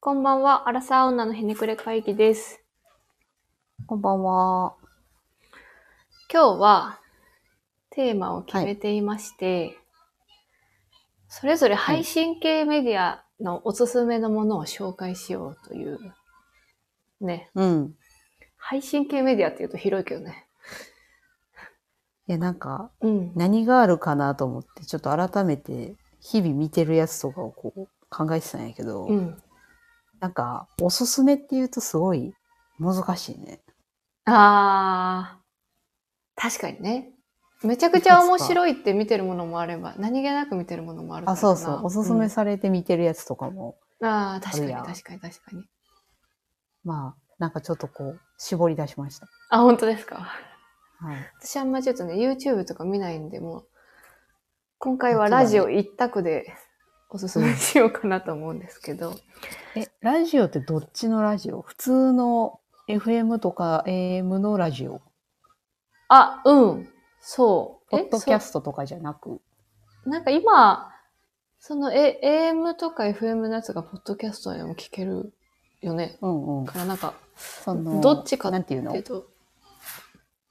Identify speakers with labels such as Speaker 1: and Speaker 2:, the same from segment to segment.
Speaker 1: こんばんは、アラサー女のひねくれ会議です。
Speaker 2: こんばんは。
Speaker 1: 今日はテーマを決めていまして、それぞれ配信系メディアのおすすめのものを紹介しようという、ね、
Speaker 2: うん。
Speaker 1: 配信系メディアって言うと広いけどね。
Speaker 2: いや、なんか、
Speaker 1: うん。
Speaker 2: 何があるかなと思って、ちょっと改めて、日々見てるやつとかをこう、考えてたんやけど、
Speaker 1: うん。
Speaker 2: なんか、おすすめって言うとすごい難しいね。
Speaker 1: あー、確かにね。めちゃくちゃ面白いって見てるものもあれば、何気なく見てるものもあるから
Speaker 2: あ、
Speaker 1: な
Speaker 2: そうそう。おすすめ
Speaker 1: ん
Speaker 2: されて見てるやつとかも、
Speaker 1: ああ、確か
Speaker 2: ある
Speaker 1: に
Speaker 2: やん
Speaker 1: 確かに確かに。
Speaker 2: まあ、なんかちょっとこう、絞り出しました。
Speaker 1: あ、本当ですか。
Speaker 2: はい。
Speaker 1: 私あんまちょっとね、YouTube とか見ないんで、もう、今回はラジオ一択でおすすめしようかなと思うんですけど、
Speaker 2: え、ラジオってどっちのラジオ普通の FM とか AM のラジオ
Speaker 1: あ、うん、そう。
Speaker 2: ポッドキャ
Speaker 1: ト
Speaker 2: ストとかじゃなく。
Speaker 1: なんか今、その、え、AM とか FM のやつがポッドキャストでも聞けるよね。
Speaker 2: うんうん
Speaker 1: だ。からなんか、
Speaker 2: その、
Speaker 1: どっちか
Speaker 2: なんていうの
Speaker 1: えっと、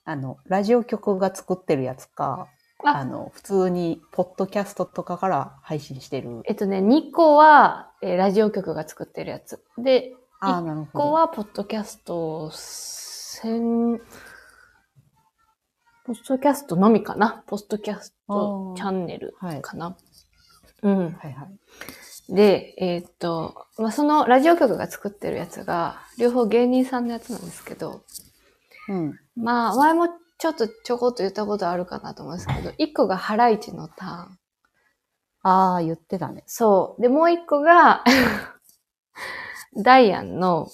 Speaker 2: あの、ラジオ局が作ってるやつか、
Speaker 1: あ
Speaker 2: あの、普通に、ポッドキャストとかから配信してる。
Speaker 1: えっとね、2個は、えーラジオ局が作ってるやつ。で、
Speaker 2: ああ、なる
Speaker 1: ここ
Speaker 2: ほど。
Speaker 1: は、ポッドキャスト専、ポッドキャストのみかな。ポッドキャスト
Speaker 2: あー
Speaker 1: チャンネル
Speaker 2: はい。
Speaker 1: かな。うん。
Speaker 2: はいはい。
Speaker 1: で、えーっと、まあ、そのラジオ局が作ってるやつが、両方芸人さんのやつなんですけど、
Speaker 2: うん。
Speaker 1: まあ、前もちょっとちょこっと言ったことあるかなと思うんですけど、一個がハライチのターン。
Speaker 2: ああ、言ってたね。
Speaker 1: そう。で、もう一個が、 ダイアンの、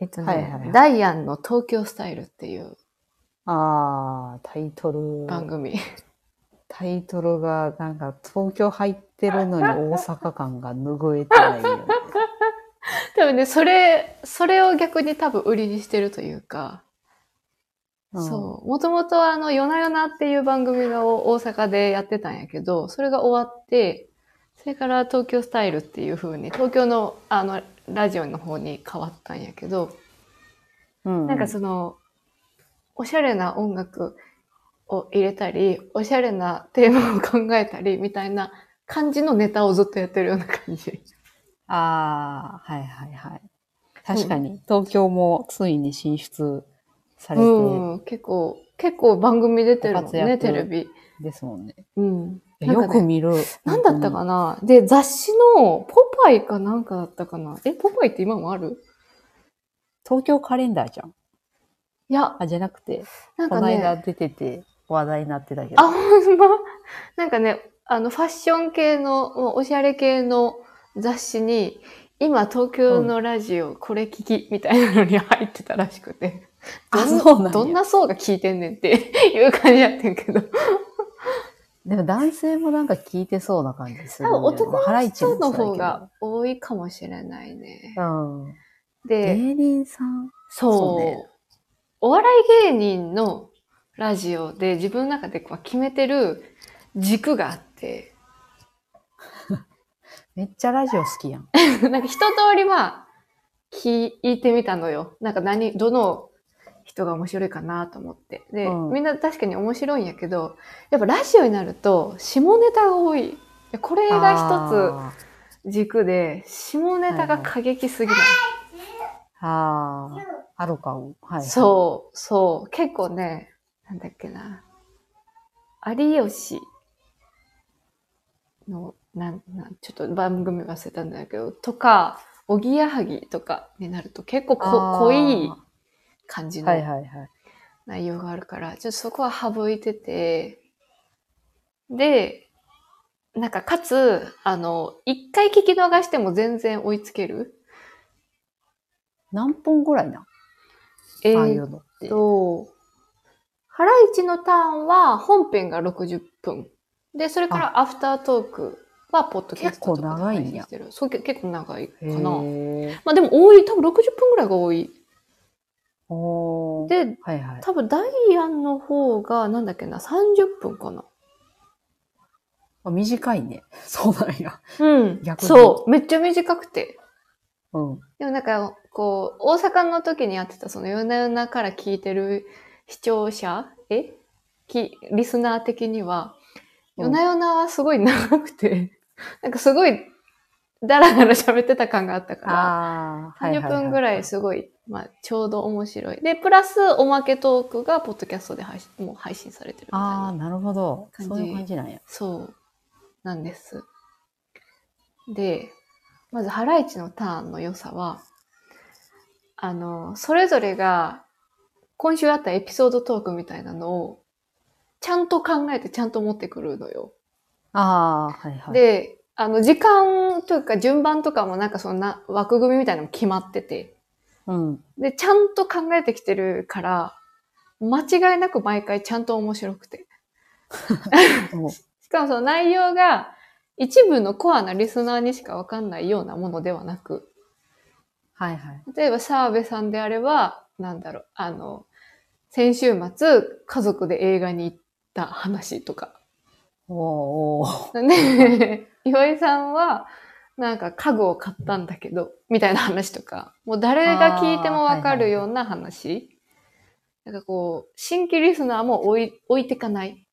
Speaker 1: えっとね、
Speaker 2: はいはいはい
Speaker 1: ダイアンの東京スタイルっていう
Speaker 2: ああ、タイトル、
Speaker 1: 番組。
Speaker 2: タイトルが、なんか、東京入ってるのに 大阪感が拭えてないよね。
Speaker 1: 多分ね、それ、それを逆に多分売りにしてるというか、
Speaker 2: うん
Speaker 1: そう。もともとあの、夜な夜なっていう番組が大阪でやってたんやけど、それが終わって、それから東京スタイルっていう風に、東京のあの、ラジオの方に変わったんやけど、
Speaker 2: うん。
Speaker 1: なんかその、おしゃれな音楽を入れたり、おしゃれなテーマを考えたり、みたいな感じのネタをずっとやってるような感じ。
Speaker 2: ああ、はいはいはい。確かに、東京もついに進出されて
Speaker 1: うん、結構、結構番組出てるもん
Speaker 2: ご活
Speaker 1: ね、
Speaker 2: 躍
Speaker 1: テレビ。
Speaker 2: ですもんね。
Speaker 1: うん。
Speaker 2: いやよく
Speaker 1: ね、
Speaker 2: 見る。
Speaker 1: なんだったかなで、雑誌のポパイかなんかだったかなえ、ポパイって今もある
Speaker 2: 東京カレンダーじゃん。
Speaker 1: いや、
Speaker 2: あ、じゃなくて、
Speaker 1: なん
Speaker 2: こ
Speaker 1: か
Speaker 2: の
Speaker 1: ね、
Speaker 2: 間出てて話題になってたけど。
Speaker 1: あ、ほんまなんかね、あの、ファッション系の、もうおしゃれ系の雑誌に、今東京のラジオこれ聞きみたいなのに入ってたらしくて。
Speaker 2: あ
Speaker 1: どん
Speaker 2: そうなんや
Speaker 1: どんな層が聞いてんねんって いう感じやってんけど。
Speaker 2: でも男性もなんか聞いてそうな感じす
Speaker 1: 多
Speaker 2: るんだ
Speaker 1: 分
Speaker 2: よね。
Speaker 1: 男
Speaker 2: ハラ
Speaker 1: の
Speaker 2: イチも
Speaker 1: 人の
Speaker 2: そう
Speaker 1: 方
Speaker 2: だ
Speaker 1: が多いかもしれないね
Speaker 2: け。ど。うん。
Speaker 1: で、
Speaker 2: 芸人さん
Speaker 1: そ
Speaker 2: そう
Speaker 1: う
Speaker 2: ね
Speaker 1: お笑い芸人のラジオで自分の中でこう決めてる軸があって、
Speaker 2: めっちゃラジオ好きやん。
Speaker 1: なんか一通りは聞いてみたのよ。なんか何、どの人が面白いかなと思って。で、
Speaker 2: うん
Speaker 1: みんな確かに面白いんやけど、やっぱラジオになると下ネタが多い。これが
Speaker 2: あー
Speaker 1: 一つ軸で、下ネタが過激すぎない。
Speaker 2: あー。あるかも。はい。う。
Speaker 1: そう、そう。結構ね、なんだっけな。有吉の、なん、なん、ちょっと番組忘れたんだけど、とか、おぎやはぎとかになると結構こ
Speaker 2: あー
Speaker 1: 濃い感じ
Speaker 2: はい
Speaker 1: の
Speaker 2: はいはい。
Speaker 1: 内容があるから、ちょっとそこは省いてて、で、なんか、かつ、あの、一回聞き逃しても全然追いつける。
Speaker 2: 何本ぐらいな
Speaker 1: え
Speaker 2: ああい
Speaker 1: ー
Speaker 2: うのって。
Speaker 1: と、ハライチのターンは本編が60分。で、それからアフタートークはポッドキャストとかで配信してる。そうけ結構長いか
Speaker 2: へ
Speaker 1: な。
Speaker 2: ー
Speaker 1: まあでも多い、多分60分ぐらいが多い。
Speaker 2: おー。
Speaker 1: で、
Speaker 2: はいはい。
Speaker 1: 多分ダイアンの方が、なんだっけな、30分かな。
Speaker 2: あ短いね。 そうなんや。
Speaker 1: うん
Speaker 2: 逆に
Speaker 1: そう。めっちゃ短くて。
Speaker 2: うん。
Speaker 1: でもなんか、こう、大阪の時にやってた、その、夜な夜なから聞いてる視聴者、えき、リスナー的には、
Speaker 2: うん
Speaker 1: 夜な夜なはすごい長くて、 なんかすごい、だらだら喋ってた感があったから、
Speaker 2: ああ、
Speaker 1: 30分ぐらい
Speaker 2: る。
Speaker 1: すごい、まあ、ちょうど面白い。で、プラス、おまけトークが、ポッドキャストで配信、もう配信されてるみたい
Speaker 2: ああ、
Speaker 1: な。
Speaker 2: なるほど。
Speaker 1: 感じ
Speaker 2: そういう感じなんや。
Speaker 1: そう、なんです。で、まず、ハライチのターンの良さは、あの、それぞれが、今週あったエピソードトークみたいなのを、ちゃんと考えてちゃんと持ってくるのよ。
Speaker 2: ああ、はいはい。
Speaker 1: で、あの、時間というか順番とかもなんかそんな枠組みみたいなのも決まってて、
Speaker 2: うん。
Speaker 1: で、ちゃんと考えてきてるから、間違いなく毎回ちゃんと面白くて。
Speaker 2: お
Speaker 1: しかもその内容が一部のコアなリスナーにしかわかんないようなものではなく、
Speaker 2: はいはい。
Speaker 1: 例えば澤部さんであれば、なんだろう、あの、先週末家族で映画に行った話とか。
Speaker 2: おーおー
Speaker 1: ね、 岩井さんは、なんか家具を買ったんだけど、みたいな話とか、もう誰が聞いてもわかるような話。なんかこう、新規リスナーも置い置いてかない。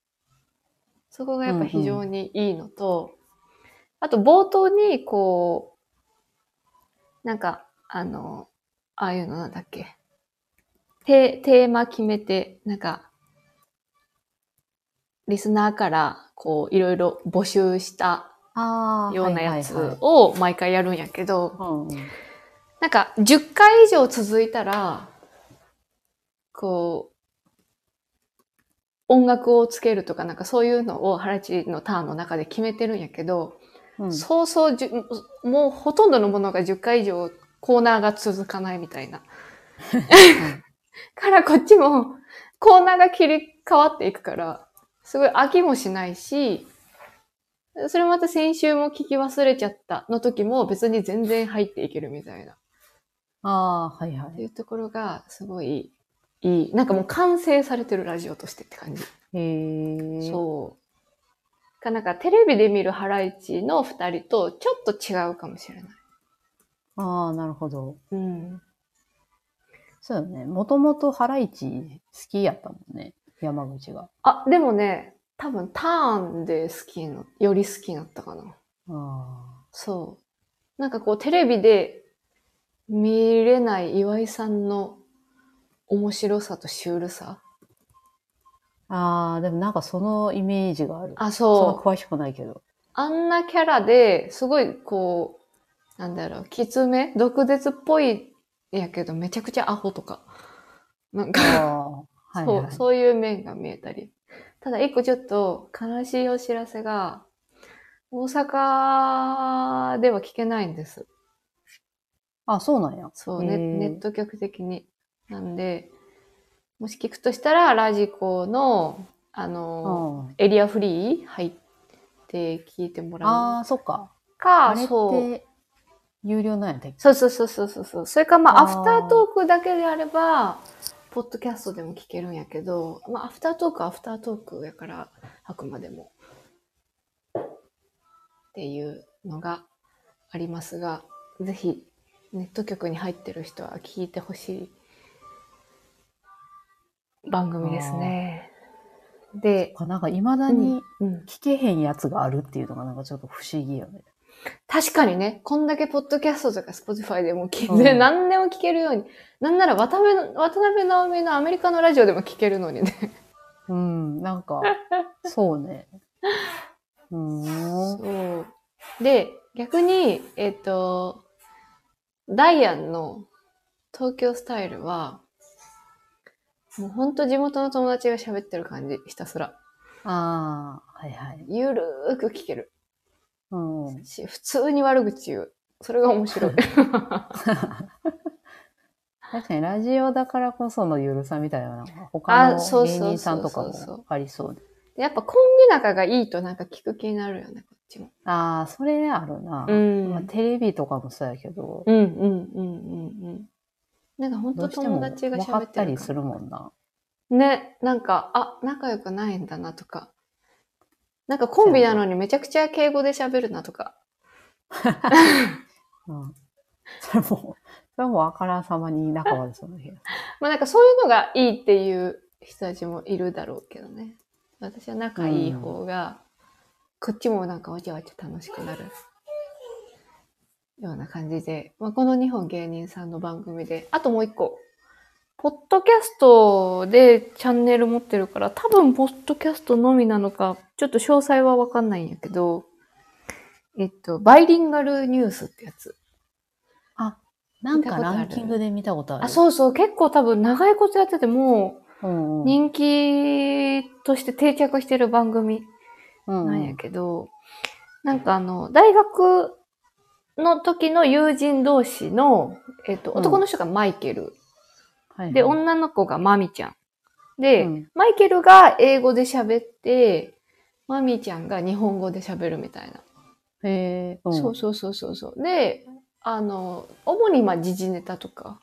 Speaker 1: そこがやっぱ非常にいいのと、あと冒頭にこう、なんか、あの、ああいうのなんだっけ。テテーマ決めて、なんか、リスナーから、こう、いろいろ募集した
Speaker 2: ああ、
Speaker 1: ようなやつ
Speaker 2: はいはいはい
Speaker 1: を毎回やるんやけど、
Speaker 2: うんうん
Speaker 1: なんか、10回以上続いたら、こう、音楽をつけるとか、なんかそういうのをハラチのターンの中で決めてるんやけど、
Speaker 2: うん
Speaker 1: そうそうじゅ、もうほとんどのものが10回以上コーナーが続かないみたいな。からこっちもコーナーが切り替わっていくから、すごい飽きもしないし、それまた先週も聞き忘れちゃったの時も別に全然入っていけるみたいな。
Speaker 2: ああ、はいは
Speaker 1: って
Speaker 2: い。
Speaker 1: いうところがすごいいい。なんかもう完成されてるラジオとしてって感じ。
Speaker 2: へえ。
Speaker 1: そう。かなんかテレビで見るハライチの二人とちょっと違うかもしれない。
Speaker 2: ああ、なるほど。
Speaker 1: うん。
Speaker 2: そうよね。もともとハライチ好きやったもんね。山口が。
Speaker 1: あ、でもね、多分ターンで好きの、より好きになったかな。
Speaker 2: あ
Speaker 1: そう。なんかこうテレビで見れない岩井さんの面白さとシュールさ。
Speaker 2: あ。ああ、でもなんかそのイメージがある。
Speaker 1: あ、
Speaker 2: そん
Speaker 1: そ
Speaker 2: な
Speaker 1: う。
Speaker 2: 詳しくないけど。
Speaker 1: あんなキャラですごいこう、なんだろう、きつめ毒舌っぽいやけどめちゃくちゃアホとか。 なんか、
Speaker 2: ああ、はい
Speaker 1: そ
Speaker 2: は
Speaker 1: う、
Speaker 2: い。
Speaker 1: そういう面が見えたり。ただ一個ちょっと悲しいお知らせが、大阪では聞けないんです。
Speaker 2: あ、そうなんや。
Speaker 1: そう、ね、
Speaker 2: へー
Speaker 1: ネット局的に。なんで、もし聞くとしたら、ラジコの、あの、
Speaker 2: うん
Speaker 1: エリアフリー入って聞いてもら
Speaker 2: ああ、そっか。
Speaker 1: うか、
Speaker 2: あれっ
Speaker 1: そう。
Speaker 2: て、有料なんやったっけ
Speaker 1: そうそうそうそうそうそう。それか、まあ、
Speaker 2: あ
Speaker 1: ア
Speaker 2: ー
Speaker 1: フタートークだけであれば、ポッドキャストでも聞けるんやけど、まあ、アフタートークはアフタートークやから、あくまでも。っていうのがありますが、ぜひ、ネット局に入ってる人は聞いてほしい番組ですね。で、
Speaker 2: かなんか未だに
Speaker 1: うん、
Speaker 2: 聞けへんやつがあるっていうのがなんかちょっと不思議よね。
Speaker 1: 確かにね、こんだけポッドキャストとか Spotify でも聞いて、
Speaker 2: うん何
Speaker 1: 何でも聞けるように。なんなら渡辺の、渡辺直美のアメリカのラジオでも聞けるのにね。
Speaker 2: うん、なん か、そうね。うーん。
Speaker 1: そう。で、逆に、えっ、と、ダイアンの東京スタイルは、もうほんと地元の友達が喋ってる感じ、ひたすら。
Speaker 2: ああ、はいはい。
Speaker 1: ゆるーく聞ける
Speaker 2: うん。
Speaker 1: し、普通に悪口言う。それが面 白い。
Speaker 2: 確かにラジオだからこそのゆるさみたいなのが他の
Speaker 1: あそうそうそう
Speaker 2: 芸
Speaker 1: そう
Speaker 2: 人さんとかもありそうで。
Speaker 1: やっぱコンビ仲がいいとなんか聞く気になるよね、こっちも。
Speaker 2: ああ、それあるな、
Speaker 1: ん
Speaker 2: まあ。テレビとかもそうやけど、
Speaker 1: うんうんうんうんうん。なんか本
Speaker 2: ど
Speaker 1: 当
Speaker 2: うしても
Speaker 1: 友達が
Speaker 2: 分
Speaker 1: 喋
Speaker 2: か
Speaker 1: っ
Speaker 2: ってた
Speaker 1: る
Speaker 2: り
Speaker 1: か
Speaker 2: す
Speaker 1: ら
Speaker 2: るもんな。
Speaker 1: ね、なんか、あ、仲良くないんだなとか、なんかコンビなのにめちゃくちゃ敬語で喋るなとか。
Speaker 2: うん。それも、それもあからさまに仲悪そうな部屋。
Speaker 1: まあなんかそういうのがいいっていう人たちもいるだろうけどね。私は仲いい方が、こっちもなんかわちゃわちゃ楽しくなるような感じで、まあ、この日本芸人さんの番組で、あともう一個。ポッドキャストでチャンネル持ってるから、多分ポッドキャストのみなのか、ちょっと詳細はわかんないんやけど、えっと、バイリンガルニュースってやつ。
Speaker 2: なん
Speaker 1: 見た
Speaker 2: か
Speaker 1: ことある
Speaker 2: ランキングで見たことある。
Speaker 1: あ、そうそう、結構多分長いことやってても、
Speaker 2: うんうん。
Speaker 1: 人気として定着してる番組
Speaker 2: うん
Speaker 1: なんやけど、なんかあの、大学の時の友人同士の、えっと、
Speaker 2: うん
Speaker 1: 男の人がマイケル、
Speaker 2: はい
Speaker 1: で、
Speaker 2: はい
Speaker 1: 女の子がマミちゃん。で、
Speaker 2: うん
Speaker 1: マイケルが英語で喋って、マミちゃんが日本語で喋るみたいな。
Speaker 2: へー
Speaker 1: そうそうそうそうそう。で、あの、主にまあ時事ネタとか、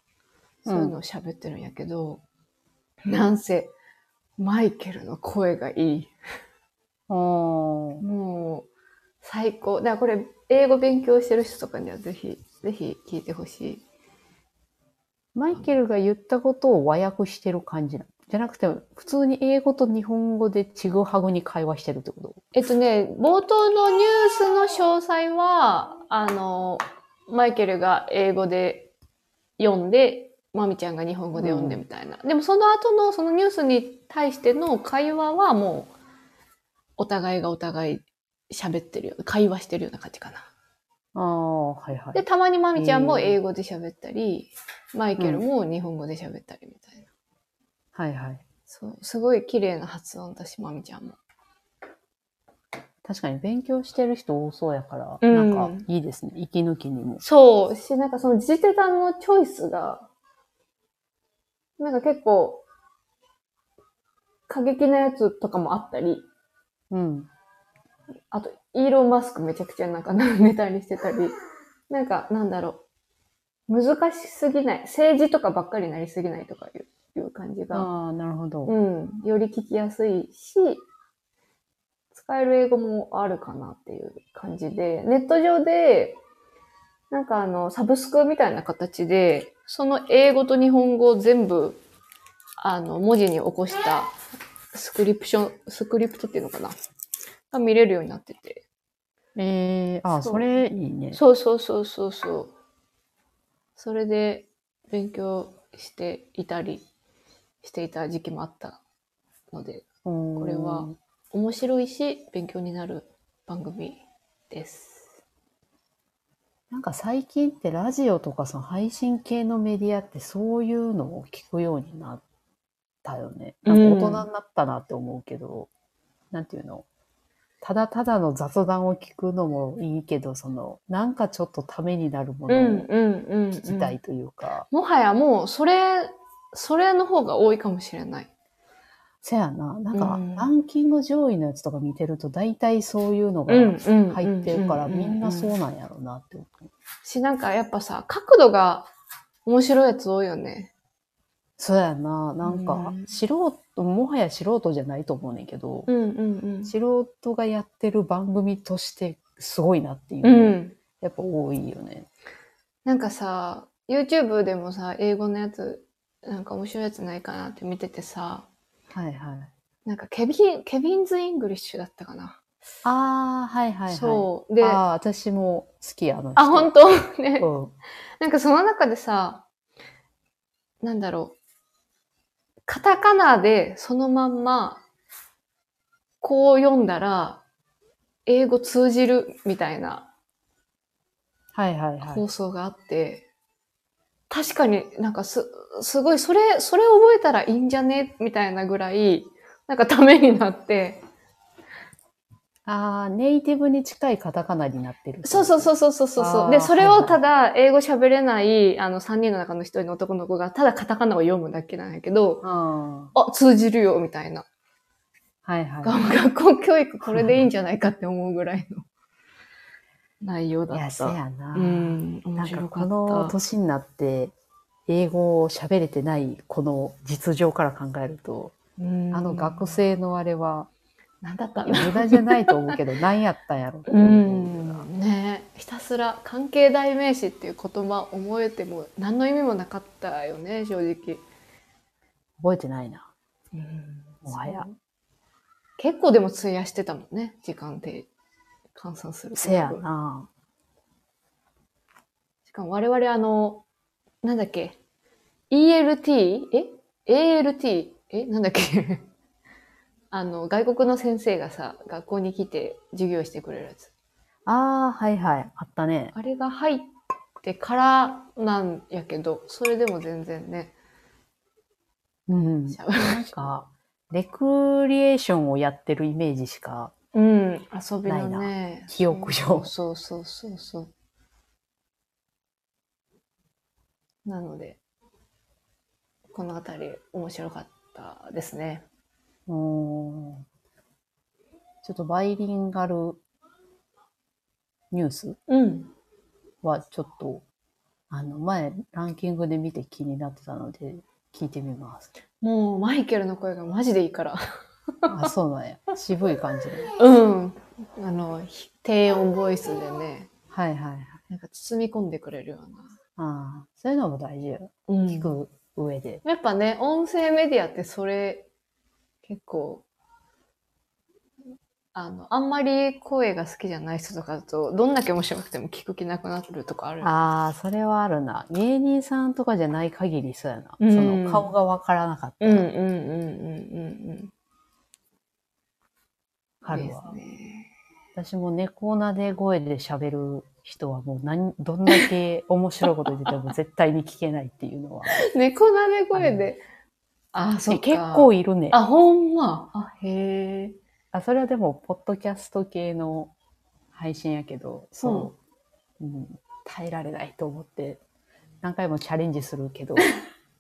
Speaker 1: そういうのを喋ってるんやけど、なんせ、マイケルの声がいい。
Speaker 2: うん。
Speaker 1: もう、最高。だからこれ、英語勉強してる人とかにはぜひ、ぜひ聞いてほしい。
Speaker 2: マイケルが言ったことを和訳してる感じなのじゃなくて、普通に英語と日本語でちぐはぐに会話してるってこと
Speaker 1: えっとね、冒頭のニュースの詳細は、あの、マイケルが英語で読んで、マミちゃんが日本語で読んでみたいな。でもその後のそのニュースに対しての会話はもう、お互いがお互い喋ってるよ。会話してるような感じかな。
Speaker 2: ああ、はいは
Speaker 1: で、。たまにマミちゃんも英語で喋ったり、マイケルも日本語で喋ったりみたいな。
Speaker 2: はいはい。
Speaker 1: そう、すごい綺麗な発音だし、まみちゃんも。
Speaker 2: 確かに勉強してる人多そうやから、
Speaker 1: うん
Speaker 2: なんかいいですね。息抜きにも。
Speaker 1: そう、し、なんかそのジテタのチョイスが、なんか結構、過激なやつとかもあったり、
Speaker 2: うん。
Speaker 1: あと、イーロン・マスクめちゃくちゃなんかネタにしてた り、なんか、なんだろう、難しすぎない、政治とかばっかりなりすぎないとかいういう感じが、
Speaker 2: ああ、なるほど。
Speaker 1: うん、より聞きやすいし、使える英語もあるかなっていう感じで、ネット上で、なんかあの、サブスクみたいな形で、その英語と日本語を全部、あの、文字に起こしたスクリプション、スクリプトっていうのかなが見れるようになってて。
Speaker 2: ええああ、
Speaker 1: そう
Speaker 2: それいいね。
Speaker 1: そうそうそうそうそう。それで勉強していたり、していた時期もあったので、
Speaker 2: こ
Speaker 1: これは面白いし、勉強になる番組です。
Speaker 2: なんか最近ってラジオとかその配信系のメディアってそういうのを聞くようになったよね。なんか大人になったなって思うけど、なんていうのただただの雑談を聞くのもいいけど、その、なんかちょっとためになるものを
Speaker 1: うん、
Speaker 2: 聞きたいというか、
Speaker 1: もはやもう、それ、それの方が多いかもしれない。
Speaker 2: せやな、なんか
Speaker 1: うん
Speaker 2: ランキング上位のやつとか見てると大体そういうのが
Speaker 1: ん
Speaker 2: 入ってるから、みんなそううなんやろうなって思う。
Speaker 1: し、なんかやっぱさ、角度が面白いやつ多いよね。
Speaker 2: そうやな、なんか
Speaker 1: うん
Speaker 2: 素人、もはや素人じゃないと思うねんけど、
Speaker 1: うんうんうん
Speaker 2: 素人がやってる番組としてすごいなっていう
Speaker 1: う
Speaker 2: のが
Speaker 1: ん。
Speaker 2: やっぱ多いよね。
Speaker 1: なんかさ、YouTube でもさ、英語のやつ、なんか面白いやつないかなって見ててさ、
Speaker 2: はいはい。
Speaker 1: なんかケビン、ケビンズ・イングリッシュだったかな。
Speaker 2: ああ、はいはいはい。
Speaker 1: そう。
Speaker 2: う
Speaker 1: で、
Speaker 2: あ
Speaker 1: あ、
Speaker 2: あ、私も好きあの人。
Speaker 1: 本当 ね。
Speaker 2: 当
Speaker 1: なんかその中でさ、なんだろう。カタカナでそのまんま、こう読んだら、英語通じるみたいな
Speaker 2: はいはいはい。
Speaker 1: 放送があって、確かになんかす、すごい、それ、それ覚えたらいいんじゃねみたいなぐらい、なんかためになって、
Speaker 2: ああ、ネイティブに近いカタカナになってる。
Speaker 1: そうそうそうそうそうそうそ
Speaker 2: あ
Speaker 1: う。
Speaker 2: ー
Speaker 1: で、それ
Speaker 2: はい
Speaker 1: を
Speaker 2: はい
Speaker 1: ただ、英語喋れない、あの、3人の中の1人の男の子が、ただカタカナを読むだけなんやけど、
Speaker 2: うん。は
Speaker 1: あ、通じるよ、みたいな。
Speaker 2: いは
Speaker 1: 学校教育これでいいんじゃないかって思うぐら いの内容
Speaker 2: い。
Speaker 1: だ
Speaker 2: い
Speaker 1: った。
Speaker 2: や、せやな。
Speaker 1: うん、
Speaker 2: な
Speaker 1: 面
Speaker 2: んか
Speaker 1: 白
Speaker 2: こ
Speaker 1: か
Speaker 2: の
Speaker 1: った。
Speaker 2: 年になって、英語を喋れてないこの実情から考えると、
Speaker 1: うん
Speaker 2: あの学生のあれは
Speaker 1: 何だったんだ
Speaker 2: 無駄じゃないと思うけど、何やったんやろって
Speaker 1: う
Speaker 2: 思うけど
Speaker 1: んねえひたすら関係代名詞っていう言葉覚えても何の意味もなかったよね正直、
Speaker 2: 覚えてないな。もはや
Speaker 1: そう結構でも費やしてたもんね時間で換算すると
Speaker 2: せやな。
Speaker 1: しかも我々あのなんだっけ ELT? え ?ALT? えなんだっけ あの外国の先生がさ学校に来て授業してくれるやつ
Speaker 2: ああ、はいはい。あったね。
Speaker 1: あれが入ってからなんやけど、それでも全然ね、
Speaker 2: うん。
Speaker 1: しゃべら
Speaker 2: なんか、レクリエーションをやってるイメージしか、
Speaker 1: うん、遊びのね、
Speaker 2: 記憶上
Speaker 1: そうそうそうそう。なので、このあたり面白かったですね。
Speaker 2: うーんちょっとバイリンガルニュース
Speaker 1: うん。
Speaker 2: はちょっと、あの、前ランキングで見て気になってたので、聞いてみ ます。
Speaker 1: もうマイケルの声がマジでいいから。
Speaker 2: あ、そうなんや。渋い感じで。
Speaker 1: うん。あの、ひ低音ボイスでね、
Speaker 2: はいはいはい。
Speaker 1: なんか包み込んでくれるような。
Speaker 2: ああ、そういうのも大事よ。
Speaker 1: うん
Speaker 2: 聞く上で。
Speaker 1: やっぱね、音声メディアってそれ、結構、あの、あんまり声が好きじゃない人とかだと、どんだけ面白くても聞く気なくなるとかあ る。
Speaker 2: ああ、それはあるな。芸人さんとかじゃない限りそうやな。
Speaker 1: うん
Speaker 2: その顔がわからなかった
Speaker 1: うんうんう
Speaker 2: ら、
Speaker 1: んうんうんうん。
Speaker 2: 春
Speaker 1: です
Speaker 2: は。
Speaker 1: ね。
Speaker 2: 私も猫なで声で喋る人はもう何、 どんだけ面白いこと言ってても絶対に聞けないっていうのは。
Speaker 1: 猫なで声で。ああ、そう
Speaker 2: え
Speaker 1: か。
Speaker 2: 結構いるね。あ
Speaker 1: あ、ほんま。あ、へえ。
Speaker 2: それはでも、ポッドキャスト系の配信やけど、そう、うん耐えられないと思って、何回もチャレンジするけど、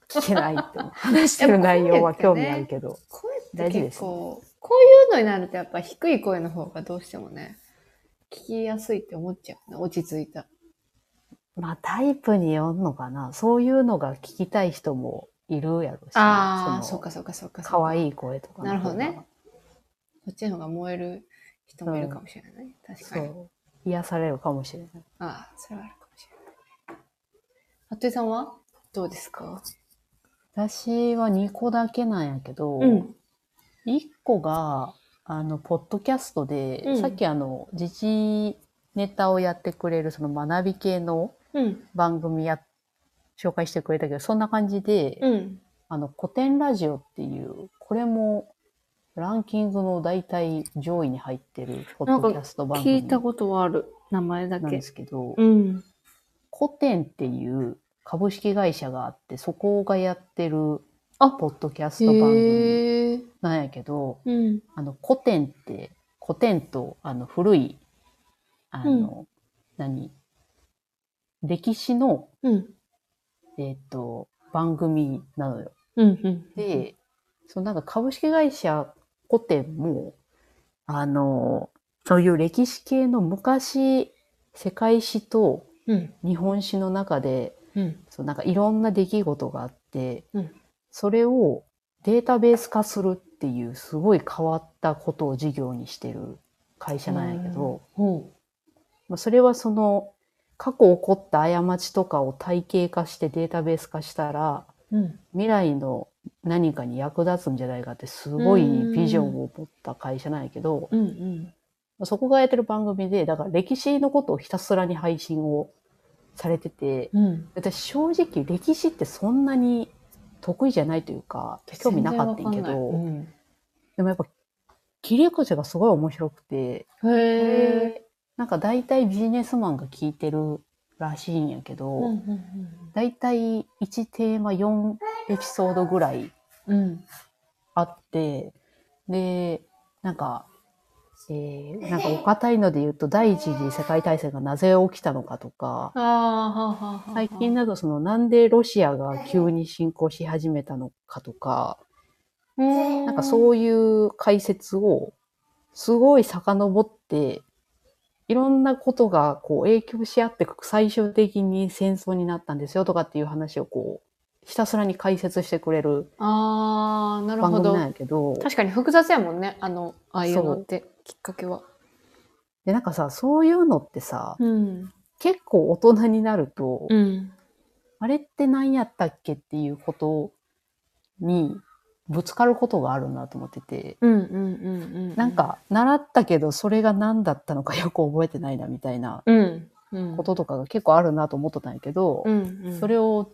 Speaker 2: 聞けないって。 話してる内容は興味あるけど。
Speaker 1: 声っ
Speaker 2: 大
Speaker 1: て
Speaker 2: 事で
Speaker 1: 結
Speaker 2: すね
Speaker 1: 構、こういうのになるとやっぱ低い声の方がどうしてもね、聞きやすいって思っちゃうね。落ち着いた。
Speaker 2: まあ、タイプによんのかな。そういうのが聞きたい人もいるやろし、
Speaker 1: ああ、
Speaker 2: そ
Speaker 1: そう
Speaker 2: の
Speaker 1: かそうかそうか。
Speaker 2: 可
Speaker 1: い
Speaker 2: 愛い声とかの方が。
Speaker 1: なるほどねこっちの方が燃える人もいるかもしれない。確か
Speaker 2: そ
Speaker 1: に。
Speaker 2: う。癒されるかもしれない。
Speaker 1: ああ、それはあるかもしれない。服部さんはどうですか
Speaker 2: 私は2個だけなんやけど、
Speaker 1: うん。
Speaker 2: 一個が、あの、ポッドキャストで、
Speaker 1: うん
Speaker 2: さっきあの、自治ネタをやってくれる、その学び系の
Speaker 1: うん。
Speaker 2: 番組や、紹介してくれたけど、そんな感じで、
Speaker 1: うん。
Speaker 2: あの、古典ラジオっていう、これも、ランキングの大体上位に入ってる、ポッドキャスト番
Speaker 1: 聞
Speaker 2: 組
Speaker 1: いたことはある。名前だ
Speaker 2: なんで
Speaker 1: け。
Speaker 2: すけど、
Speaker 1: うん。
Speaker 2: 古典っていう株式会社があって、そこがやってる、
Speaker 1: あ
Speaker 2: ポッドキャスト番組
Speaker 1: へえ。
Speaker 2: なんやけど、
Speaker 1: うん。
Speaker 2: あの、古典って、古典と、あの、古い、あの、何歴史の、
Speaker 1: うん。
Speaker 2: えっ、と、番組なのよ。
Speaker 1: うん。うん。
Speaker 2: で、そのなんか株式会社古典も、あの、そういう歴史系の昔、世界史と
Speaker 1: うん。
Speaker 2: 日本史の中で、
Speaker 1: うん。
Speaker 2: そうなんかいろんな出来事があって、
Speaker 1: うん
Speaker 2: それをデータベース化するっていうすごい変わったことを事業にしてる会社なんやけど、
Speaker 1: ほ
Speaker 2: まあ、それはその過去起こった過ちとかを体系化してデータベース化したら
Speaker 1: う。うん。
Speaker 2: 未来の何かに役立つんじゃないかってすごいビジョンを持った会社なんやけど、
Speaker 1: うん。うん。
Speaker 2: まあそこがやってる番組で、だから歴史のことをひたすらに配信をされてて、
Speaker 1: うん。
Speaker 2: 私正直歴史ってそんなに得意じゃないというか興味なかったんやけ
Speaker 1: 全然
Speaker 2: ど、
Speaker 1: わかんない
Speaker 2: でもやっぱ切り口がすごい面白くて
Speaker 1: うんへえ。
Speaker 2: なんか大体ビジネスマンが聞いてるらしいんやけど、
Speaker 1: うん
Speaker 2: 大体1テーマ4エピソードぐらい
Speaker 1: うんうん。
Speaker 2: あってでなんか、えーなんかお堅いので言うと第一次世界大戦がなぜ起きたのかとか
Speaker 1: ああ、はあはあはあ。
Speaker 2: 最近だとそのなんでロシアが急に侵攻し始めたのかとか、
Speaker 1: な
Speaker 2: なんかそういう解説をすごい遡って、いろんなことがこう影響し合って最終的に戦争になったんですよとかっていう話をこうひたすらに解説してくれる
Speaker 1: あー、なる
Speaker 2: 番
Speaker 1: ほ
Speaker 2: 組
Speaker 1: ど。
Speaker 2: なんやけど、
Speaker 1: 確かに複雑やもんね。あの、ああいうのって、きっかけは。
Speaker 2: で、なんかさ、そういうのってさ、
Speaker 1: うん。
Speaker 2: 結構大人になると、
Speaker 1: うん。
Speaker 2: あれって何やったっけっていうことにぶつかることがあるなと思ってて、
Speaker 1: うんうんうんうん。
Speaker 2: なん、か習ったけどそれが何だったのかよく覚えてないなみたいな
Speaker 1: うん。うん。
Speaker 2: こととかが結構あるなと思ってたんやけど、
Speaker 1: うん、うん。
Speaker 2: それを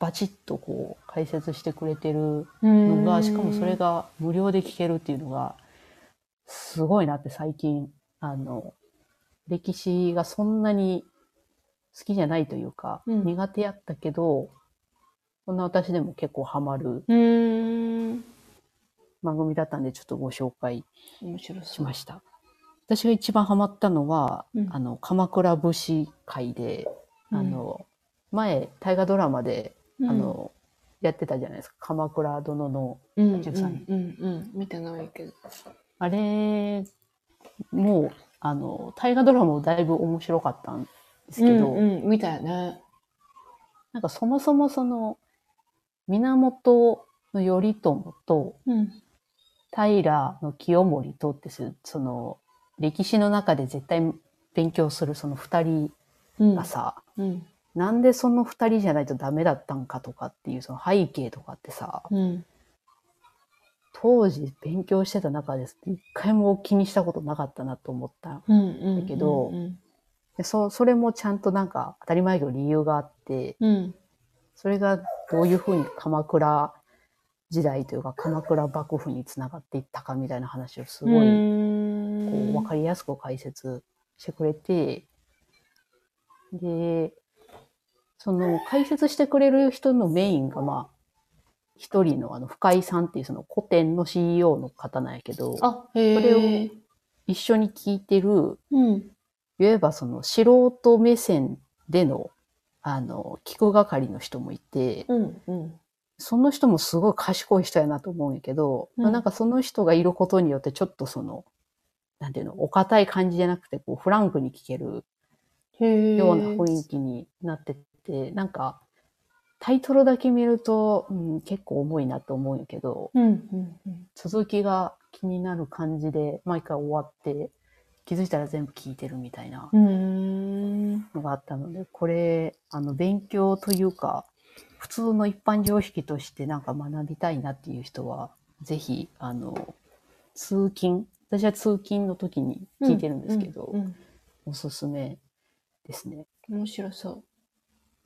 Speaker 2: バチッとこう解説してくれてるの
Speaker 1: の
Speaker 2: が、しかもそれ、が無料で聞けるっていうのが、すごいなって最近、あの、歴史がそんなに好きじゃないというか、
Speaker 1: うん
Speaker 2: 苦手やったけど、こんな私でも結構ハマる
Speaker 1: うーん。
Speaker 2: 番組だったんで、ちょっとご紹介
Speaker 1: 面白そ
Speaker 2: し
Speaker 1: う。
Speaker 2: ました。私が一番ハマったのは、
Speaker 1: うん
Speaker 2: あの、鎌倉武士会で、あ、の、前、大河ドラマで、
Speaker 1: うん、
Speaker 2: あの、やってたじゃないですか。鎌倉殿の
Speaker 1: うん、うん、
Speaker 2: 13
Speaker 1: うん、うん。見てないけど。
Speaker 2: あれ、もう、あの、大河ドラマもだいぶ面白かったんですけど、
Speaker 1: うん、うん、見たよね。
Speaker 2: なんかそもそもその、源頼朝と
Speaker 1: うん。
Speaker 2: 平の清盛とってす、その、歴史の中で絶対勉強するその二人
Speaker 1: うん
Speaker 2: が。さ、
Speaker 1: うん。
Speaker 2: なんでその二人じゃないとダメだったんかとかっていうその背景とかってさ、
Speaker 1: うん。
Speaker 2: 当時勉強してた中です一回も気にしたことなかったなと思った
Speaker 1: うん。
Speaker 2: だけど
Speaker 1: うん。
Speaker 2: でそそれもちゃんとなんか当たり前の理由があって、
Speaker 1: うん。
Speaker 2: それがどういうふうに鎌倉時代というか鎌倉幕府につながっていったかみたいな話をす
Speaker 1: す
Speaker 2: ご
Speaker 1: う
Speaker 2: いこ
Speaker 1: ん
Speaker 2: う分かりやすく解説してくれて、で、その解説してくれる人のメインがまあ、一人のあの深井さんっていうその古典の CEO の方なんやけど、
Speaker 1: あ、へえ。
Speaker 2: それ一緒に聞いてる
Speaker 1: うん。
Speaker 2: いわばその素人目線での、あの、聞く係の人もいて、
Speaker 1: うん。うん。
Speaker 2: その人もすごい賢い人やなと思うんやけど、
Speaker 1: うん
Speaker 2: まあなんかその人がいることによってちょっとその、なんていうの、お堅い感じじゃなくて、こう、フランクに聞ける
Speaker 1: へえ。
Speaker 2: ような雰囲気になってて、なんか、タイトルだけ見ると、うん、結構重いなと思うんやけど、
Speaker 1: うん。うん。うん。
Speaker 2: 続きが気になる感じで、毎回終わって、気づいたら全部聞いてるみたいな
Speaker 1: うーん。
Speaker 2: のがあったので、これ、あの、勉強というか、普通の一般常識としてなんか学びたいなっていう人は、ぜひ、あの、通勤、私は通勤の時に聞いてるんですけど、
Speaker 1: うんうん
Speaker 2: おすすめですね。
Speaker 1: うん面白そう。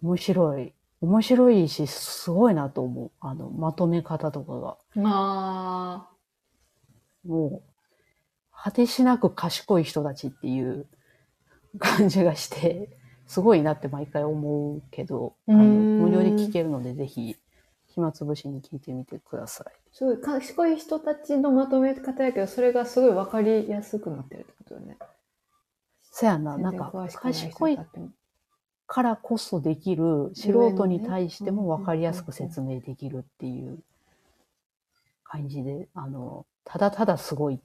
Speaker 2: 面白い。面白いし、すごいなと思う。あの、まとめ方とかが。
Speaker 1: あ
Speaker 2: もう、果てしなく賢い人たちっていう感じがして、すごいなって毎回思うけど、あの
Speaker 1: うーん
Speaker 2: 無料で聞けるので、ぜひ、暇つぶしに聞いてみてください。
Speaker 1: ーすごい賢い人たちのまとめ方やけど、それがすごいわかりやすくなってるってことよね。
Speaker 2: せやな、
Speaker 1: 全
Speaker 2: な
Speaker 1: 然
Speaker 2: んか
Speaker 1: 詳し、くない人
Speaker 2: 賢い
Speaker 1: だっても
Speaker 2: からこそできる、素人に対しても分かりやすく説明できるっていう感じで、あの、ただただすごい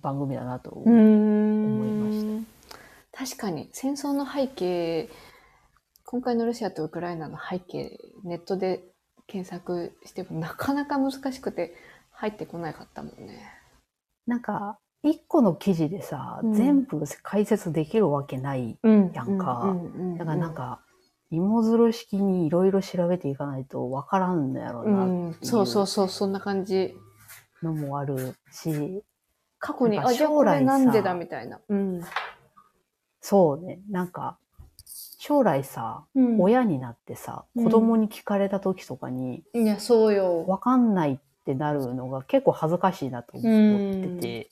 Speaker 2: 番組だなと思う。
Speaker 1: 思
Speaker 2: いま
Speaker 1: した。確かに戦争の背景、今回のロシアとウクライナの背景、ネットで検索してもなかなか難しくて入ってこなかったもんね。
Speaker 2: なんか、一個の記事でさ、
Speaker 1: うん
Speaker 2: 全部解説できるわけない
Speaker 1: うん
Speaker 2: やんか
Speaker 1: うん
Speaker 2: だからなん、か、芋づる式にいろいろ調べていかないとわからんのやろ
Speaker 1: う
Speaker 2: うんな
Speaker 1: うんそうそうそう、そんな感じ。
Speaker 2: のもあるし、
Speaker 1: 過去に、
Speaker 2: なんか
Speaker 1: あ、じゃあ
Speaker 2: 将
Speaker 1: こ
Speaker 2: 来
Speaker 1: れ
Speaker 2: さ
Speaker 1: なんでだみたいな。うん。
Speaker 2: そうね、なんか、将来さ、
Speaker 1: うん
Speaker 2: 親になってさ、
Speaker 1: うん
Speaker 2: 子供に聞かれた時とかに、
Speaker 1: いや、そうよ。
Speaker 2: わかんないってなるのが結構恥ずかしいなと思ってて、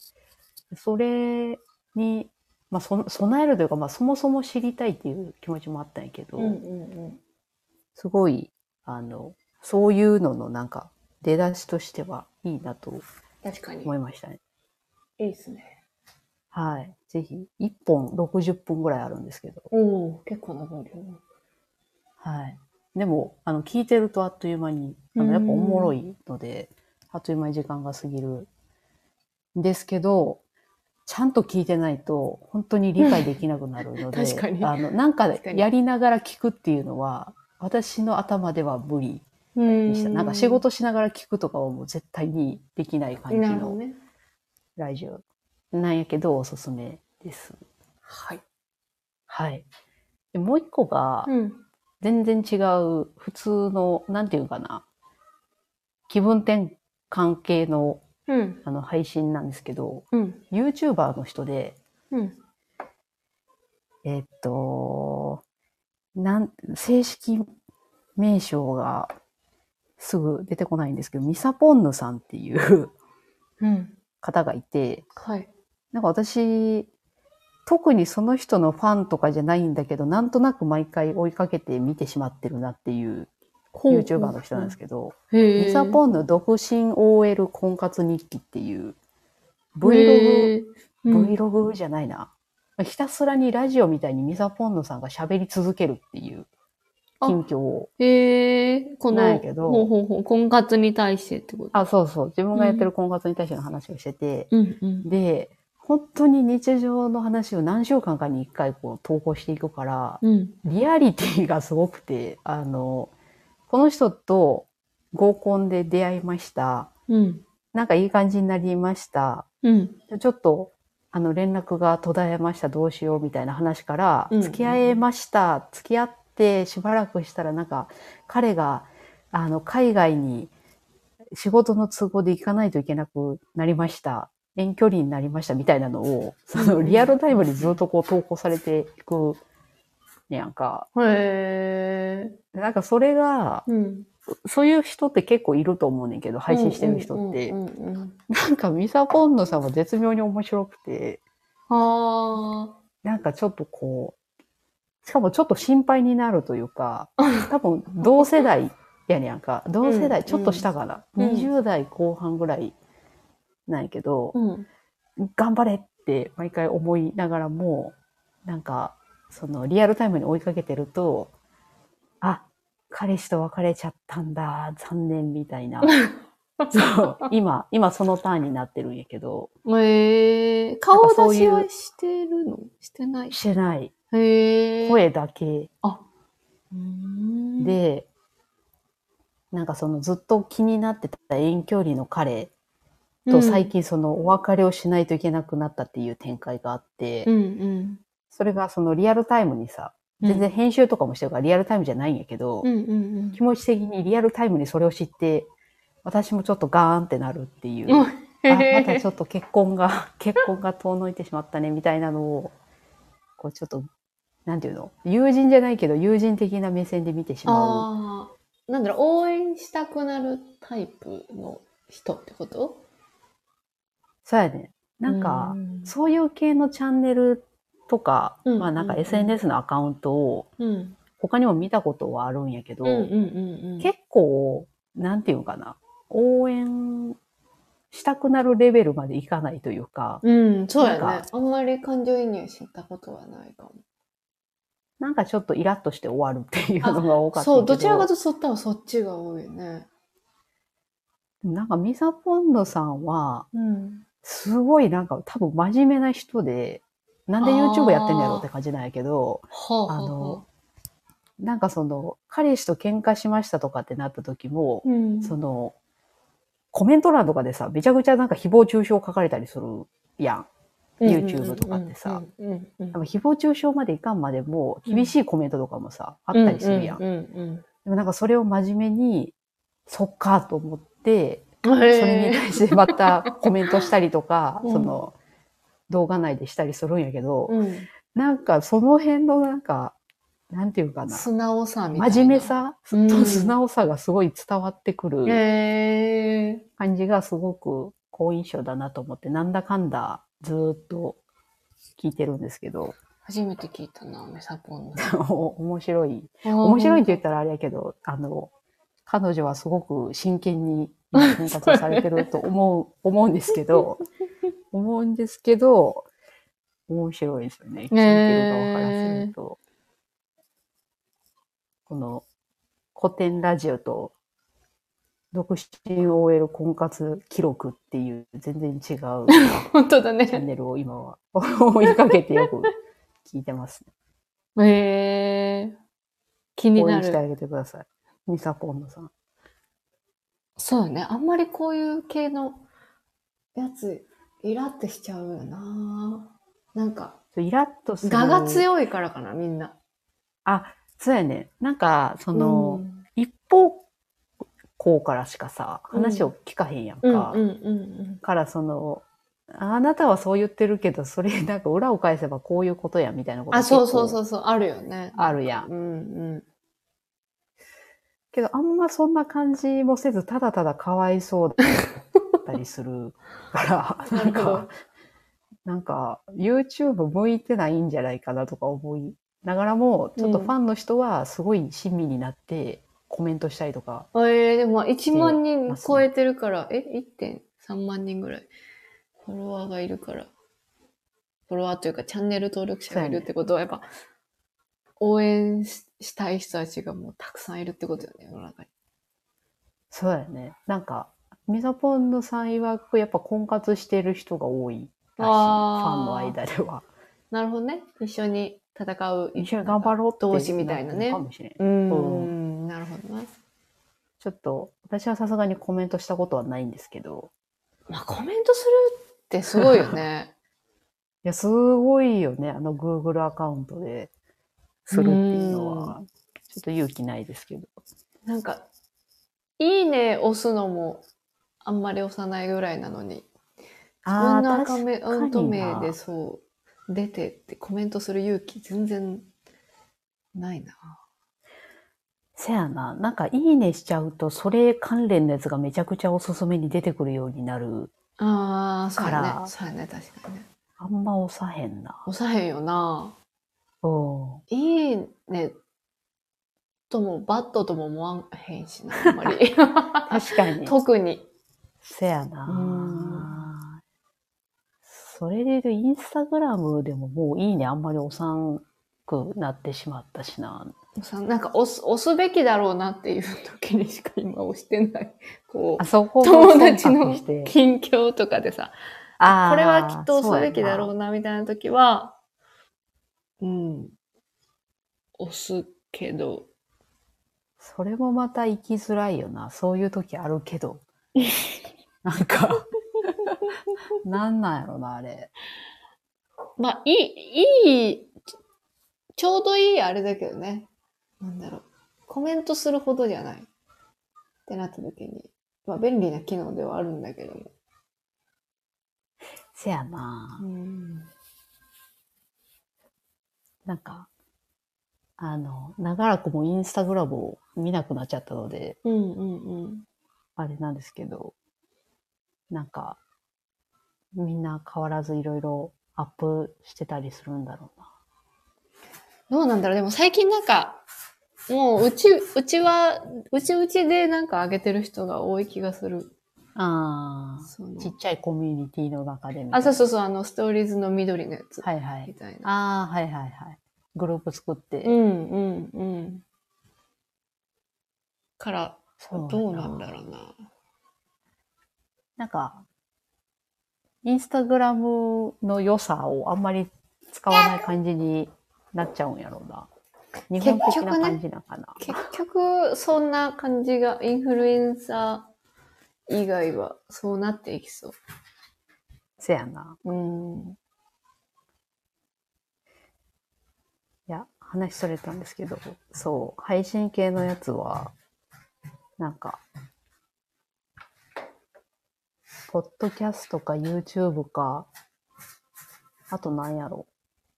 Speaker 2: それに、まあ、そ備えるというか、まあ、そもそも知りたいっていう気持ちもあったんやけど、
Speaker 1: うんうん
Speaker 2: すごい、あの、そういうののなんか、出だしとしてはいいなと
Speaker 1: 確かに。
Speaker 2: 思いましたね。
Speaker 1: いいですね。
Speaker 2: はい。ぜひ、1本60分ぐらいあるんですけど。
Speaker 1: おお結構なボリューム。
Speaker 2: はい。でも、あの、聞いてるとあっという間に、あ
Speaker 1: うん
Speaker 2: の、やっぱおもろいので、あっという間に時間が過ぎるんですけど、ちゃんと聞いてないと、本当に理解できなくなるの で、
Speaker 1: 確かに
Speaker 2: あの、なんか
Speaker 1: 確かに
Speaker 2: やりながら聞くっていうのは、私の頭では無理
Speaker 1: うん
Speaker 2: にした。なんか仕事しながら聞くとかはもう絶対にできない感じ
Speaker 1: なるほど
Speaker 2: の
Speaker 1: ね。
Speaker 2: ラジオなんやけどおすすめです。
Speaker 1: はい。
Speaker 2: はい。でもう一個が、
Speaker 1: うん。
Speaker 2: 全然違う、普通の、なんていうかな、気分転換系の
Speaker 1: うん。
Speaker 2: あの配信なんですけど、
Speaker 1: うん。
Speaker 2: YouTuber の人で、
Speaker 1: うん。
Speaker 2: えーっと、なん、正式名称がすぐ出てこないんですけど、ミサポンヌさんっていう
Speaker 1: うん。
Speaker 2: 方がいて、
Speaker 1: はい。
Speaker 2: なんか私、特にその人のファンとかじゃないんだけど、なんとなく毎回追いかけて見てしまってるなっていう
Speaker 1: ほう
Speaker 2: YouTuber の人なんですけど、
Speaker 1: へえ。
Speaker 2: ミサポンヌ独身 OL 婚活日記っていう、Vlog、
Speaker 1: へー、うん
Speaker 2: Vlog じゃないな。ひたすらにラジオみたいにミサポンヌさんが喋り続けるっていう
Speaker 1: あ
Speaker 2: 近況を。
Speaker 1: へえ。こ
Speaker 2: な
Speaker 1: の、
Speaker 2: いけど
Speaker 1: ほうほうほう。婚活に対してってこと。
Speaker 2: あ、そうそう。自分がやってる婚活に対しての話をしてて。
Speaker 1: うんうん。
Speaker 2: で、本当に日常の話を何週間かに一回こう投稿していくから、
Speaker 1: うん。
Speaker 2: リアリティがすごくて、あの、この人と合コンで出会いました。
Speaker 1: うん。
Speaker 2: なんかいい感じになりました。
Speaker 1: うん。
Speaker 2: ちょっと、あの、連絡が途絶えました、どうしようみたいな話から、
Speaker 1: うん
Speaker 2: 付き合えました、付き合ってしばらくしたら、なんか、彼が、あの、海外に仕事の都合で行かないといけなくなりました、遠距離になりました、みたいなのを、その、リアルタイムにずっとこう投稿されていく、ねやんか。
Speaker 1: へえ。
Speaker 2: なんかそれが、
Speaker 1: うん。
Speaker 2: そういう人って結構いると思うねんけど、配信してる人って
Speaker 1: う。んうんうんうん。
Speaker 2: なんかミサポンヌさんは絶妙に面白くて、
Speaker 1: あ
Speaker 2: なんかちょっとこう、しかもちょっと心配になるとい うか、多分同世代やねやんか。同世
Speaker 1: う
Speaker 2: 代、
Speaker 1: ん
Speaker 2: ちょっと下かな。
Speaker 1: うん
Speaker 2: 20代後半ぐらいなんやけど
Speaker 1: あ。、うん。
Speaker 2: 頑張れって毎回思いながらも、なんか、そのリアルタイムに追いかけてると、あ、彼氏と別れちゃったんだ、残念みた いな。 そう、今、今そのターンになってるんやけど、
Speaker 1: ええ。顔出しはしてるのしてない。
Speaker 2: してない。
Speaker 1: へえ。。
Speaker 2: 声だけ
Speaker 1: うん。
Speaker 2: で、なんかそのずっと気になってた遠距離の彼
Speaker 1: うん、
Speaker 2: と最近そのお別れをしないといけなくなったっていう展開があって、
Speaker 1: うんうん。
Speaker 2: それがそのリアルタイムにさ、全然編集とかもしてるからリアルタイムじゃないんやけど、
Speaker 1: うんうんうん。
Speaker 2: 気持ち的にリアルタイムにそれを知って、私もちょっとガーンってなるっていう、
Speaker 1: うん
Speaker 2: あまたちょっと結婚が、 結婚が遠のいてしまったねみたいなのを、こうちょっと、なんていうの友人じゃないけど友人的な目線で見てしまう。
Speaker 1: ああ、なんだろう、応援したくなるタイプの人ってこと
Speaker 2: そうやね。なんか
Speaker 1: う、ん
Speaker 2: そういう系のチャンネルとか、
Speaker 1: うん
Speaker 2: まあなんか
Speaker 1: うんうん
Speaker 2: SNS のアカウントを
Speaker 1: うん。
Speaker 2: 他にも見たことはあるんやけど、
Speaker 1: うんうんうんうん。
Speaker 2: 結構、なんていうのかな、応援したくなるレベルまでいかないというか、
Speaker 1: うん、そうや
Speaker 2: なん
Speaker 1: ね
Speaker 2: か。
Speaker 1: あんまり感情移入したことはないかも。
Speaker 2: なんかちょっとイラッとして終わるっていうのが多かったけど。
Speaker 1: そう、どちらかとそったらそっちが多いよね。
Speaker 2: なんかミサポンドさんは、
Speaker 1: うん。
Speaker 2: すごいなんか多分真面目な人で、なんで YouTube やってんだろうって感じなんやけど、
Speaker 1: はあ、は
Speaker 2: あ
Speaker 1: あは
Speaker 2: の、なんかその、彼氏と喧嘩しましたとかってなった時も
Speaker 1: あ、、うん。
Speaker 2: その、コメント欄とかでさ、めちゃくちゃなんか誹謗中傷書かれたりするやん。YouTube とかってさ
Speaker 1: うんうんうんうん、
Speaker 2: でも誹謗中傷までいかんまでも、厳しいコメントとかもさ、
Speaker 1: あ
Speaker 2: あったりするやん。
Speaker 1: うんうん
Speaker 2: でもなんかそれを真面目に、そっかと思って、
Speaker 1: うん。そ
Speaker 2: それに対してまたコメントしたりとか、
Speaker 1: うん
Speaker 2: その、動画内でしたりするんやけど、
Speaker 1: うん、
Speaker 2: なんかその辺のなんか、なんていうかな。
Speaker 1: 素直さみたいな。
Speaker 2: 真面目さ
Speaker 1: うん
Speaker 2: と素直さがすごい伝わってく
Speaker 1: へ
Speaker 2: る
Speaker 1: え
Speaker 2: 感じがすごく好印象だなと思って、なんだかんだずーっと聞いてるんですけど、
Speaker 1: 初めて聞いたな、メサポンの。
Speaker 2: 面白い。
Speaker 1: 面
Speaker 2: 面白いって言ったらあれやけど、あの、彼女はすごく真剣に婚活をされてると思う、思うんですけど、思うんですけど、面白いですよね。聞いてる側からすると。この、古典ラジオと、独身 OL 婚活記録っていう全然違うチ
Speaker 1: 本当だね。
Speaker 2: ャンネルを今は追いかけてよく聞いてますね。
Speaker 1: へえー、気に
Speaker 2: 応
Speaker 1: な
Speaker 2: 援して
Speaker 1: る。
Speaker 2: あげてください。ミサポンドさん。
Speaker 1: そうよね。あんまりこういう系のやつ、イラってしちゃうよななんか、
Speaker 2: そうイラッとする。
Speaker 1: 我が強いからかな、みんな。
Speaker 2: あ、そうやね。なんか、そ
Speaker 1: あ
Speaker 2: の、一方向からしかさ、話を聞かへんやんか。
Speaker 1: うん、うん、うん
Speaker 2: からその、あなたはそう言ってるけど、それなんか裏を返せばこういうことやみたいなこ
Speaker 1: うん。
Speaker 2: と
Speaker 1: あ、そうそう
Speaker 2: う。
Speaker 1: そう、そうあるよね。
Speaker 2: あるやん。
Speaker 1: うん、うん。
Speaker 2: けどあんまそんな感じもせず、ただただかわいそうだったりするから、
Speaker 1: な
Speaker 2: なん
Speaker 1: るほど
Speaker 2: か、なんか YouTube 向いてないんじゃないかなとか思いながらも、ちょっと
Speaker 1: うん
Speaker 2: ファンの人はすごい親身になってコメントしたりとか、
Speaker 1: えー、でも1万
Speaker 2: ま
Speaker 1: 人
Speaker 2: すね
Speaker 1: 超えてるから、え ?1.3 万人ぐらいフォロワーがいるから、フォロワーというかチャンネル登録者がいるってことは、やっぱ応援ししたい人たちがもうたくさんいるってことよね、世の中に。
Speaker 2: そうだよね。なんか、ミサポンのさん曰く、やっぱ婚活してる人が多いらしい。フ
Speaker 1: あー
Speaker 2: ァンの間では。
Speaker 1: なるほどね。一緒に戦う。
Speaker 2: 一緒に頑張ろうって
Speaker 1: 同志みたいなね
Speaker 2: るかもしれん。
Speaker 1: うーん、なるほどな。
Speaker 2: ちょっと、私はさすがにコメントしたことはないんですけど、
Speaker 1: まあコメントするってすごいよ ね。
Speaker 2: いや、すごいよね。あの Google アカウントで、するっていうのは、ちょっと勇気ないですけど。
Speaker 1: なんか、いいね押すのもあんまり押さないぐらいなのに、自分のアカメアント名でそう出てってコメントする勇気全然ないな。
Speaker 2: せやな。なんか、いいねしちゃうと、それ関連のやつがめちゃくちゃおすすめに出てくるようになる。
Speaker 1: ああ、そうや
Speaker 2: から
Speaker 1: ね。そうやね、確かにね。
Speaker 2: あんま押さへんな。
Speaker 1: 押さへんよな。
Speaker 2: うん。
Speaker 1: いいねともバッドとも思わへんしな、あんま り。
Speaker 2: 確かに。
Speaker 1: 特に。
Speaker 2: せやなそれで言うと、インスタグラムでももういいね、あんまりおさんくなってしまったしな。
Speaker 1: さなんか押す押すべきだろうなっていう時にしか今押してない。こ
Speaker 2: あ
Speaker 1: う、
Speaker 2: そこ
Speaker 1: 友達
Speaker 2: 忖
Speaker 1: の
Speaker 2: 度して
Speaker 1: 近況とかでさ、
Speaker 2: あー
Speaker 1: これはきっと押すべきだろ
Speaker 2: そう
Speaker 1: な、みたいな時は、うん。押すけど、
Speaker 2: やなそれもまた行きづらいよな。そういう時ある けど。なんか、なんなんやろな、あれ。
Speaker 1: まあ、いい、いい、ちちょうどいいあれだけどね。なんだろう。コメントするほどじゃない。ってなった時に、まあ、便利な機能ではあるんだけども。
Speaker 2: せやな
Speaker 1: うん。
Speaker 2: なんか、あの、長らくもうインスタグラムを見なくなっちゃったので、
Speaker 1: うんうんうん。
Speaker 2: あれなんですけど、なんか、みんな変わらずいろいろアップしてたりするんだろうな。
Speaker 1: どうなんだろうでも最近なんか、もううち、うちは、うちうちでなんか上げてる人が多い気がする。
Speaker 2: あ
Speaker 1: その
Speaker 2: ちっちゃいコミュニティの中でみたい
Speaker 1: あ、そ
Speaker 2: な
Speaker 1: うそうそう、あの、ストーリーズの緑のやつ。
Speaker 2: はいは
Speaker 1: み
Speaker 2: い。
Speaker 1: たいな。
Speaker 2: ああ、はいはいはい。グループ作って。
Speaker 1: うんうんうん。から、
Speaker 2: そ
Speaker 1: どうなんだろうな。
Speaker 2: なんか、インスタグラムの良さをあんまり使わない感じになっちゃうんやろうな。日本的な感じなのかな。
Speaker 1: 結局、そんな感じが、インフルエンサー以外はそうなっていきそ
Speaker 2: せやな。
Speaker 1: う。うん。
Speaker 2: いや、話それたんですけど、そう、配信系のやつは、なんか、ポッドキャストか YouTube か、あとなんやろ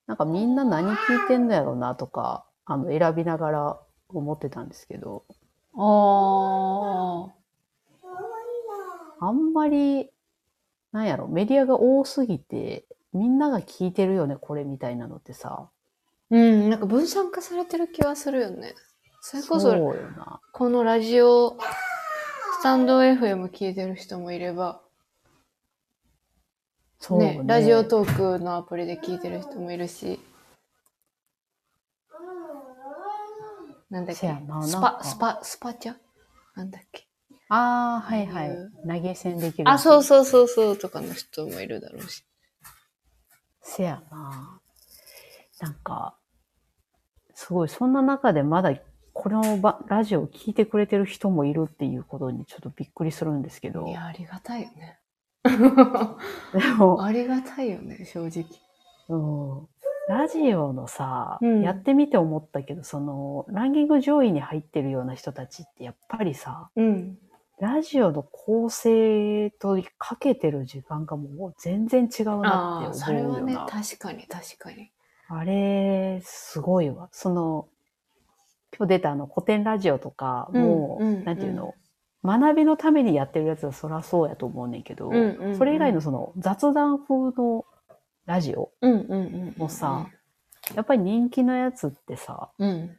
Speaker 2: なんかみんな何聞いてんのやろなとか、あの、選びながら思ってたんですけど、
Speaker 1: ああ。
Speaker 2: あんまり、なんやろメディアが多すぎて、みんなが聞いてるよね、これみたいなのってさ。
Speaker 1: うん、なんか分散化されてる気はするよね。それこそ、
Speaker 2: そうよな。
Speaker 1: このラジオ、スタンド FM 聞いてる人もいれば、
Speaker 2: そう
Speaker 1: ね、ラジオトークのアプリで聞いてる人もいるし、なんだっ
Speaker 2: せ
Speaker 1: け
Speaker 2: やな
Speaker 1: ス
Speaker 2: なん
Speaker 1: パ
Speaker 2: か、
Speaker 1: スパ、スパチャなんだっけ
Speaker 2: ああ、はいは
Speaker 1: って
Speaker 2: い
Speaker 1: い。
Speaker 2: 投げ銭できる。
Speaker 1: あ、そう。そうそうそうとかの人もいるだろうし。
Speaker 2: せやな。なんか、すごい、そんな中でまだこのばラジオを聞いてくれてる人もいるっていうことにちょっとびっくりするんですけど
Speaker 1: い、や、ありがたいよ ね。
Speaker 2: でも、
Speaker 1: ありがたいよね、正直。
Speaker 2: うんラジオのさ、
Speaker 1: うん
Speaker 2: やってみて思ったけど、その、ランキング上位に入ってるような人たちって、やっぱりさ、
Speaker 1: うん。
Speaker 2: ラジオの構成とかけてる時間がもう全然違う
Speaker 1: あ
Speaker 2: な
Speaker 1: あ、
Speaker 2: って
Speaker 1: そ
Speaker 2: 思
Speaker 1: れ
Speaker 2: う
Speaker 1: は
Speaker 2: よ
Speaker 1: ね、
Speaker 2: な。
Speaker 1: 確かに確かに。
Speaker 2: あれ、すごいわ。その、今日出たあの古典ラジオとか、
Speaker 1: うん
Speaker 2: もう、
Speaker 1: うん
Speaker 2: なんていうの、学びのためにやってるやつはそらそうやと思うねんけど、
Speaker 1: うんうんうん
Speaker 2: それ以外のその雑談風のラジオ、
Speaker 1: うんうんうん。
Speaker 2: もうさ、やっぱり人気のやつってさ、
Speaker 1: うん。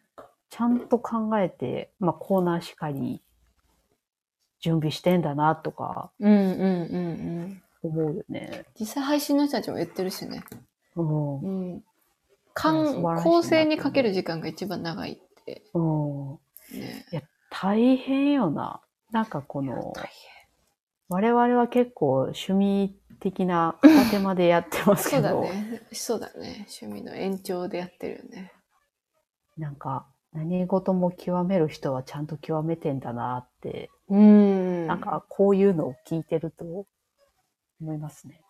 Speaker 2: ちゃんと考えて、まあコーナーしかり、準備してんだなとか
Speaker 1: うんうんうんうん。
Speaker 2: 思うよね。
Speaker 1: 実際配信の人たちも言ってるしね。
Speaker 2: うん。う
Speaker 1: うん。
Speaker 2: いや素晴らしいな
Speaker 1: 構成にかける時間が一番長いって。
Speaker 2: ん。
Speaker 1: ね。
Speaker 2: 大変よな。なんかこ
Speaker 1: いや
Speaker 2: の、
Speaker 1: 大
Speaker 2: 我々は結構趣味 的な片手間でやってま
Speaker 1: 変
Speaker 2: す
Speaker 1: そ
Speaker 2: け
Speaker 1: うだ
Speaker 2: ど、
Speaker 1: ね。そうだね。趣味の延長でやってるよね。
Speaker 2: なんか何事も極める人はちゃんと極めてんだなって、
Speaker 1: うん。
Speaker 2: なんかこういうのを聞いてると思いますね。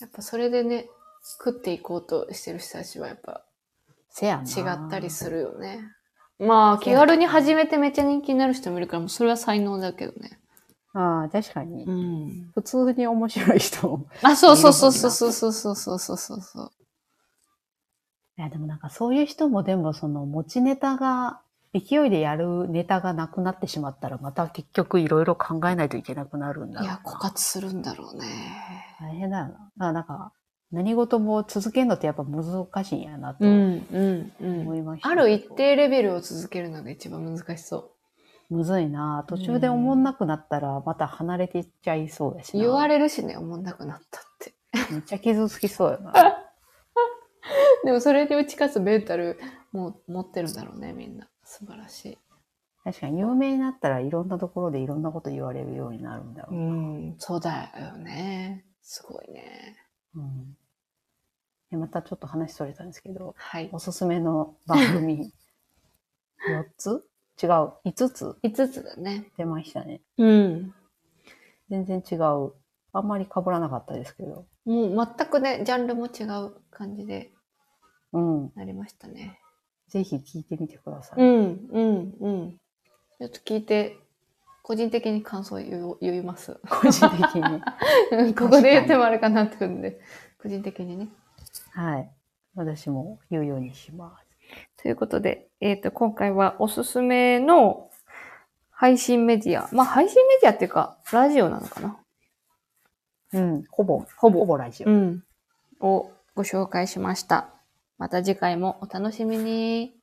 Speaker 1: やっぱそれでね、食っていこうとしてる人たちはやっぱ
Speaker 2: せやな。
Speaker 1: 違ったりするよね。まあ、気軽に始めてめっちゃ人気になる人もいるから、もうそれは才能だけどね。
Speaker 2: ああ、確かに。
Speaker 1: ん。
Speaker 2: 普通に面白い人も。
Speaker 1: あ、そうそうそうそうそうそうそうそうそうそうそう。
Speaker 2: いや、でもなんかそういう人もでもその持ちネタが、勢いでやるネタがなくなってしまったら、また結局いろいろ考えないといけなくなるんだ
Speaker 1: い
Speaker 2: ろうな。
Speaker 1: や、枯渇するんだろうね。
Speaker 2: 大変だよな。だからなんか、何事も続けるのってやっぱ難しいんやなと
Speaker 1: うんうん
Speaker 2: 思
Speaker 1: うん。
Speaker 2: いました、
Speaker 1: ある一。定レベルを続けるのが一番難しそ
Speaker 2: むずいな。途中で思んなくなったら、また離れていっちゃいそうやし
Speaker 1: う。
Speaker 2: な。
Speaker 1: 言われるしね、思んなくなったって。
Speaker 2: めっちゃ傷つきそうやな。
Speaker 1: でもそれに打ち勝つメンタルも持ってるんだろうね、みんな。素晴らしい。
Speaker 2: 確かに有名になったらいろんなところでいろんなこと言われるようになるんだろ
Speaker 1: うん、そうだよね。すごいね。
Speaker 2: う。うん。でまたちょっと話それたんですけど、
Speaker 1: はい
Speaker 2: お。すすめの番 組、4つ違う、5つ
Speaker 1: 5つだね。
Speaker 2: 出ましたね。
Speaker 1: うん。
Speaker 2: 全然違う。あんまり被らなかったですけど。
Speaker 1: もう全くね、ジャンルも違う感じで
Speaker 2: うん。
Speaker 1: なりましたね。
Speaker 2: ぜひ聞いてみてください。
Speaker 1: ん、うん、うん。ちょっと聞いて、個人的に感想言お言います。
Speaker 2: 個人的に。
Speaker 1: うんここで言ってもあれかなってくるんで、個人的にね。
Speaker 2: はい。私も言うようにします。
Speaker 1: ということで、えっ、と、今回はおすすめの配信メディア。まあ、配信メディアっていうか、ラジオなのかな
Speaker 2: うん。ほぼ、ほぼ、ほぼラジオ。
Speaker 1: うん。をご紹介しました。また次回もお楽しみに。